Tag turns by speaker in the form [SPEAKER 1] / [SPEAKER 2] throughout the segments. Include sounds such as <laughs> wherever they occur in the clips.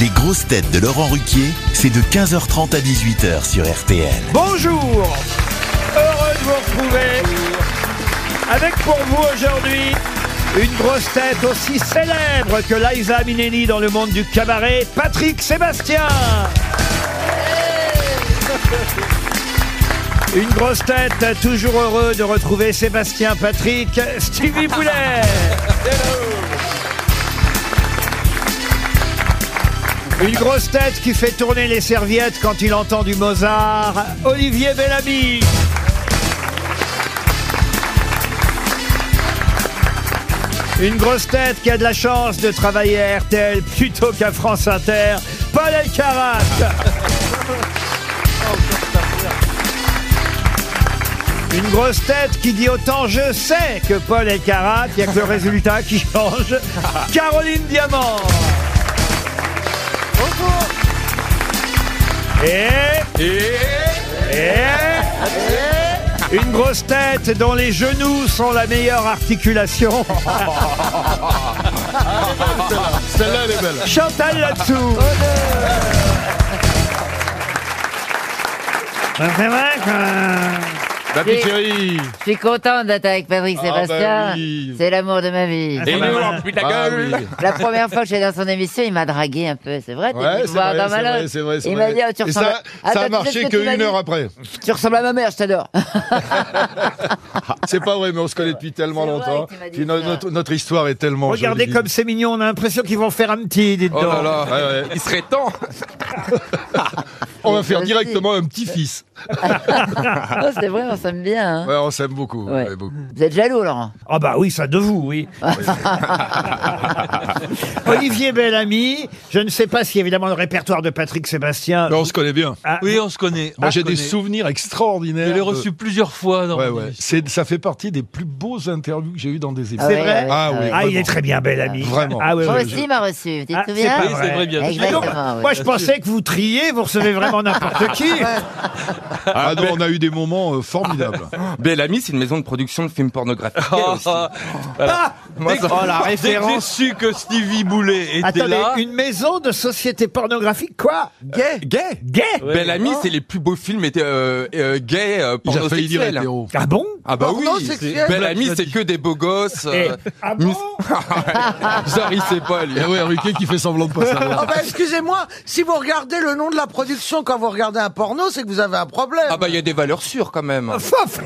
[SPEAKER 1] Les grosses têtes de Laurent Ruquier, c'est de 15h30 à 18h sur RTL.
[SPEAKER 2] Bonjour Heureux de vous retrouver avec pour vous aujourd'hui une grosse tête aussi célèbre que Liza Minnelli dans le monde du cabaret, Patrick Sébastien Une grosse tête toujours heureux de retrouver Sébastien Patrick, Stevie Boulet Une grosse tête qui fait tourner les serviettes quand il entend du Mozart, Olivier Bellamy. Une grosse tête qui a de la chance de travailler à RTL plutôt qu'à France Inter, Paul Elkarat. Une grosse tête qui dit autant je sais que Paul Elkarat, il n'y a que le résultat qui change, Caroline Diamant. Et... Et- Une grosse tête dont les genoux sont la meilleure articulation.
[SPEAKER 3] Celle-là, elle est belle.
[SPEAKER 2] Chantal là-dessous. C'est vrai euh, que...
[SPEAKER 3] Papi chérie.
[SPEAKER 4] Je suis contente d'être avec Patrick
[SPEAKER 3] Ah,
[SPEAKER 4] Sébastien.
[SPEAKER 3] bah oui.
[SPEAKER 4] C'est l'amour de
[SPEAKER 3] <laughs>
[SPEAKER 4] ma vie.
[SPEAKER 2] Et nous, on
[SPEAKER 5] plus
[SPEAKER 3] Ah oui.
[SPEAKER 4] La première fois que j'étais dans son émission, il m'a dragué un peu. C'est vrai, t'es venu
[SPEAKER 3] Ouais,
[SPEAKER 4] me
[SPEAKER 3] c'est
[SPEAKER 4] voir
[SPEAKER 3] vrai,
[SPEAKER 4] dans ma
[SPEAKER 3] c'est vrai,
[SPEAKER 4] loge.
[SPEAKER 3] c'est vrai, c'est
[SPEAKER 4] Il m'a
[SPEAKER 3] vrai.
[SPEAKER 4] dit, oh, tu
[SPEAKER 3] Et
[SPEAKER 4] ressembles.
[SPEAKER 3] ça,
[SPEAKER 4] à- Attends,
[SPEAKER 3] ça a
[SPEAKER 4] tu sais ce
[SPEAKER 3] marché
[SPEAKER 4] que tu m'as
[SPEAKER 3] qu'une
[SPEAKER 4] dit
[SPEAKER 3] heure <laughs> après.
[SPEAKER 4] Tu ressembles à ma mère,
[SPEAKER 3] <laughs>
[SPEAKER 4] je t'adore.
[SPEAKER 3] C'est pas vrai, mais on se connaît depuis tellement
[SPEAKER 4] C'est vrai
[SPEAKER 3] longtemps.
[SPEAKER 4] qu'il m'a dit
[SPEAKER 3] Puis no-
[SPEAKER 4] ça.
[SPEAKER 3] notre, notre histoire est tellement
[SPEAKER 2] Regardez
[SPEAKER 3] jolie.
[SPEAKER 2] comme c'est mignon, on a l'impression qu'ils vont faire un petit, dites
[SPEAKER 5] Oh là
[SPEAKER 2] donc.
[SPEAKER 5] là,
[SPEAKER 3] Ouais, <laughs> ouais.
[SPEAKER 5] il serait temps.
[SPEAKER 3] On va faire
[SPEAKER 4] Merci.
[SPEAKER 3] directement un petit-fils.
[SPEAKER 4] Oh, c'est vrai, on s'aime bien. hein.
[SPEAKER 3] Ouais, on s'aime beaucoup.
[SPEAKER 4] Ouais.
[SPEAKER 3] ouais, beaucoup.
[SPEAKER 4] Vous êtes jaloux, Laurent
[SPEAKER 2] Ah bah oui, ça de vous, oui. Olivier Bellamy, je ne sais pas si évidemment le répertoire de Patrick Sébastien...
[SPEAKER 3] Mais bah, on se connaît bien.
[SPEAKER 2] Ah,
[SPEAKER 5] Oui, on se connaît.
[SPEAKER 3] Moi,
[SPEAKER 5] On
[SPEAKER 3] j'ai
[SPEAKER 5] se
[SPEAKER 3] des
[SPEAKER 5] connaît.
[SPEAKER 3] souvenirs extraordinaires.
[SPEAKER 5] Je l'ai
[SPEAKER 3] de-
[SPEAKER 5] reçu plusieurs fois dans
[SPEAKER 3] Ouais,
[SPEAKER 5] mon
[SPEAKER 3] ouais.
[SPEAKER 5] émission.
[SPEAKER 3] C'est- Ça fait partie des plus beaux interviews que j'ai eues dans des émissions.
[SPEAKER 4] Ah ouais,
[SPEAKER 2] vrai
[SPEAKER 4] ouais,
[SPEAKER 3] Ah oui.
[SPEAKER 2] Ah, il est
[SPEAKER 3] Vraiment.
[SPEAKER 2] très bien, Bellamy.
[SPEAKER 3] Vraiment.
[SPEAKER 2] Ah oui,
[SPEAKER 4] Moi
[SPEAKER 2] oui.
[SPEAKER 4] aussi, il m'a reçu. Tu
[SPEAKER 2] Ah, c'est
[SPEAKER 4] te souviens
[SPEAKER 2] pas
[SPEAKER 5] Oui, c'est vrai, bien sûr.
[SPEAKER 2] Mais non,
[SPEAKER 4] Exactement, Ah oui.
[SPEAKER 2] Moi, je pensais que vous triez, vous recevez vraiment n'importe qui.
[SPEAKER 3] Ah non, on a eu des moments euh, <laughs> formidables.
[SPEAKER 6] Bellamy, c'est une maison de production de films pornographiques.
[SPEAKER 5] Ah,
[SPEAKER 3] Oh.
[SPEAKER 5] ah, <laughs> voilà. Dès que-
[SPEAKER 6] Oh, la
[SPEAKER 5] dès que j'ai su que Stevie Boulet était
[SPEAKER 2] Attendez,
[SPEAKER 5] là,
[SPEAKER 2] une maison de société pornographique, quoi Euh,
[SPEAKER 6] Gay Gay
[SPEAKER 2] Gay
[SPEAKER 6] Bellamy, c'est les plus beaux films étaient, euh, euh, gays euh,
[SPEAKER 3] Il a failli dire
[SPEAKER 6] pornosexuels.
[SPEAKER 3] hétéro.
[SPEAKER 2] Ah bon
[SPEAKER 6] Ah bah oui
[SPEAKER 5] Pornosexuels.
[SPEAKER 6] Bellamy, c'est que des beaux gosses.
[SPEAKER 2] Eh,
[SPEAKER 6] Euh,
[SPEAKER 2] ah bon
[SPEAKER 6] Zar, il sait pas, lui.
[SPEAKER 3] Et Eh ouais, Ruquier qui fait semblant de pas <laughs> savoir.
[SPEAKER 7] Ah bah excusez-moi, si vous regardez le nom de la production quand vous regardez un porno, c'est que vous avez un problème.
[SPEAKER 6] Ah bah, il y a des valeurs sûres, quand même.
[SPEAKER 3] Ah,
[SPEAKER 2] Fof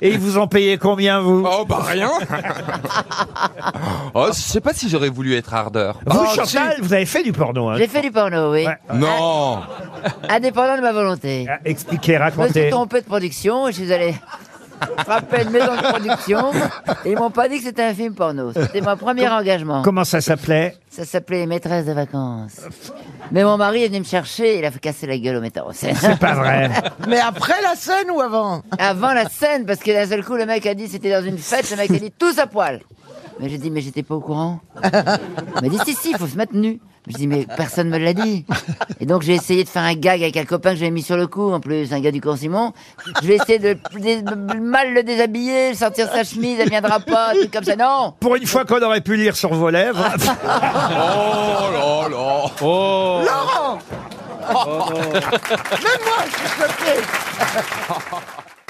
[SPEAKER 2] Et ils vous ont payé combien, vous
[SPEAKER 6] Oh, bah,
[SPEAKER 3] <laughs>
[SPEAKER 6] rien Oh, je sais pas si j'aurais voulu être ardeur.
[SPEAKER 2] Vous,
[SPEAKER 7] Ah,
[SPEAKER 2] Chantal, Ah. vous avez fait du porno. Hein.
[SPEAKER 4] J'ai fait du porno, oui.
[SPEAKER 2] Ouais.
[SPEAKER 6] Non
[SPEAKER 4] Indépendant de ma volonté.
[SPEAKER 2] Ah, Expliquez,
[SPEAKER 4] Je me suis
[SPEAKER 2] racontez.
[SPEAKER 4] trompé de production, je suis allé frapper une maison de production. Et ils m'ont pas dit que c'était un film porno. C'était mon premier engagement.
[SPEAKER 2] Comment ça s'appelait
[SPEAKER 4] Ça s'appelait Maîtresse de vacances. Mais mon mari est venu me chercher, il a fait casser la gueule au metteur en scène.
[SPEAKER 2] <laughs> C'est pas vrai.
[SPEAKER 7] Mais après la scène ou avant
[SPEAKER 4] Avant la scène, parce que d'un seul coup, le mec a dit, c'était dans une fête, le mec a dit, tous à poil. Mais j'ai dit, mais j'étais pas au courant. Il m'a dit, si, si, il faut se mettre nu. Je dis, mais personne me l'a dit. Et donc, j'ai essayé de faire un gag avec un copain que j'avais mis sur le cou, en plus, un gars du cours Simon. Je vais essayer de, de- de mal le déshabiller, sortir sa chemise, elle viendra pas, tout comme ça. Non!
[SPEAKER 2] Pour une fois qu'on aurait pu lire sur vos lèvres.
[SPEAKER 6] Oh là là
[SPEAKER 7] Laurent Même moi, je suis choqué.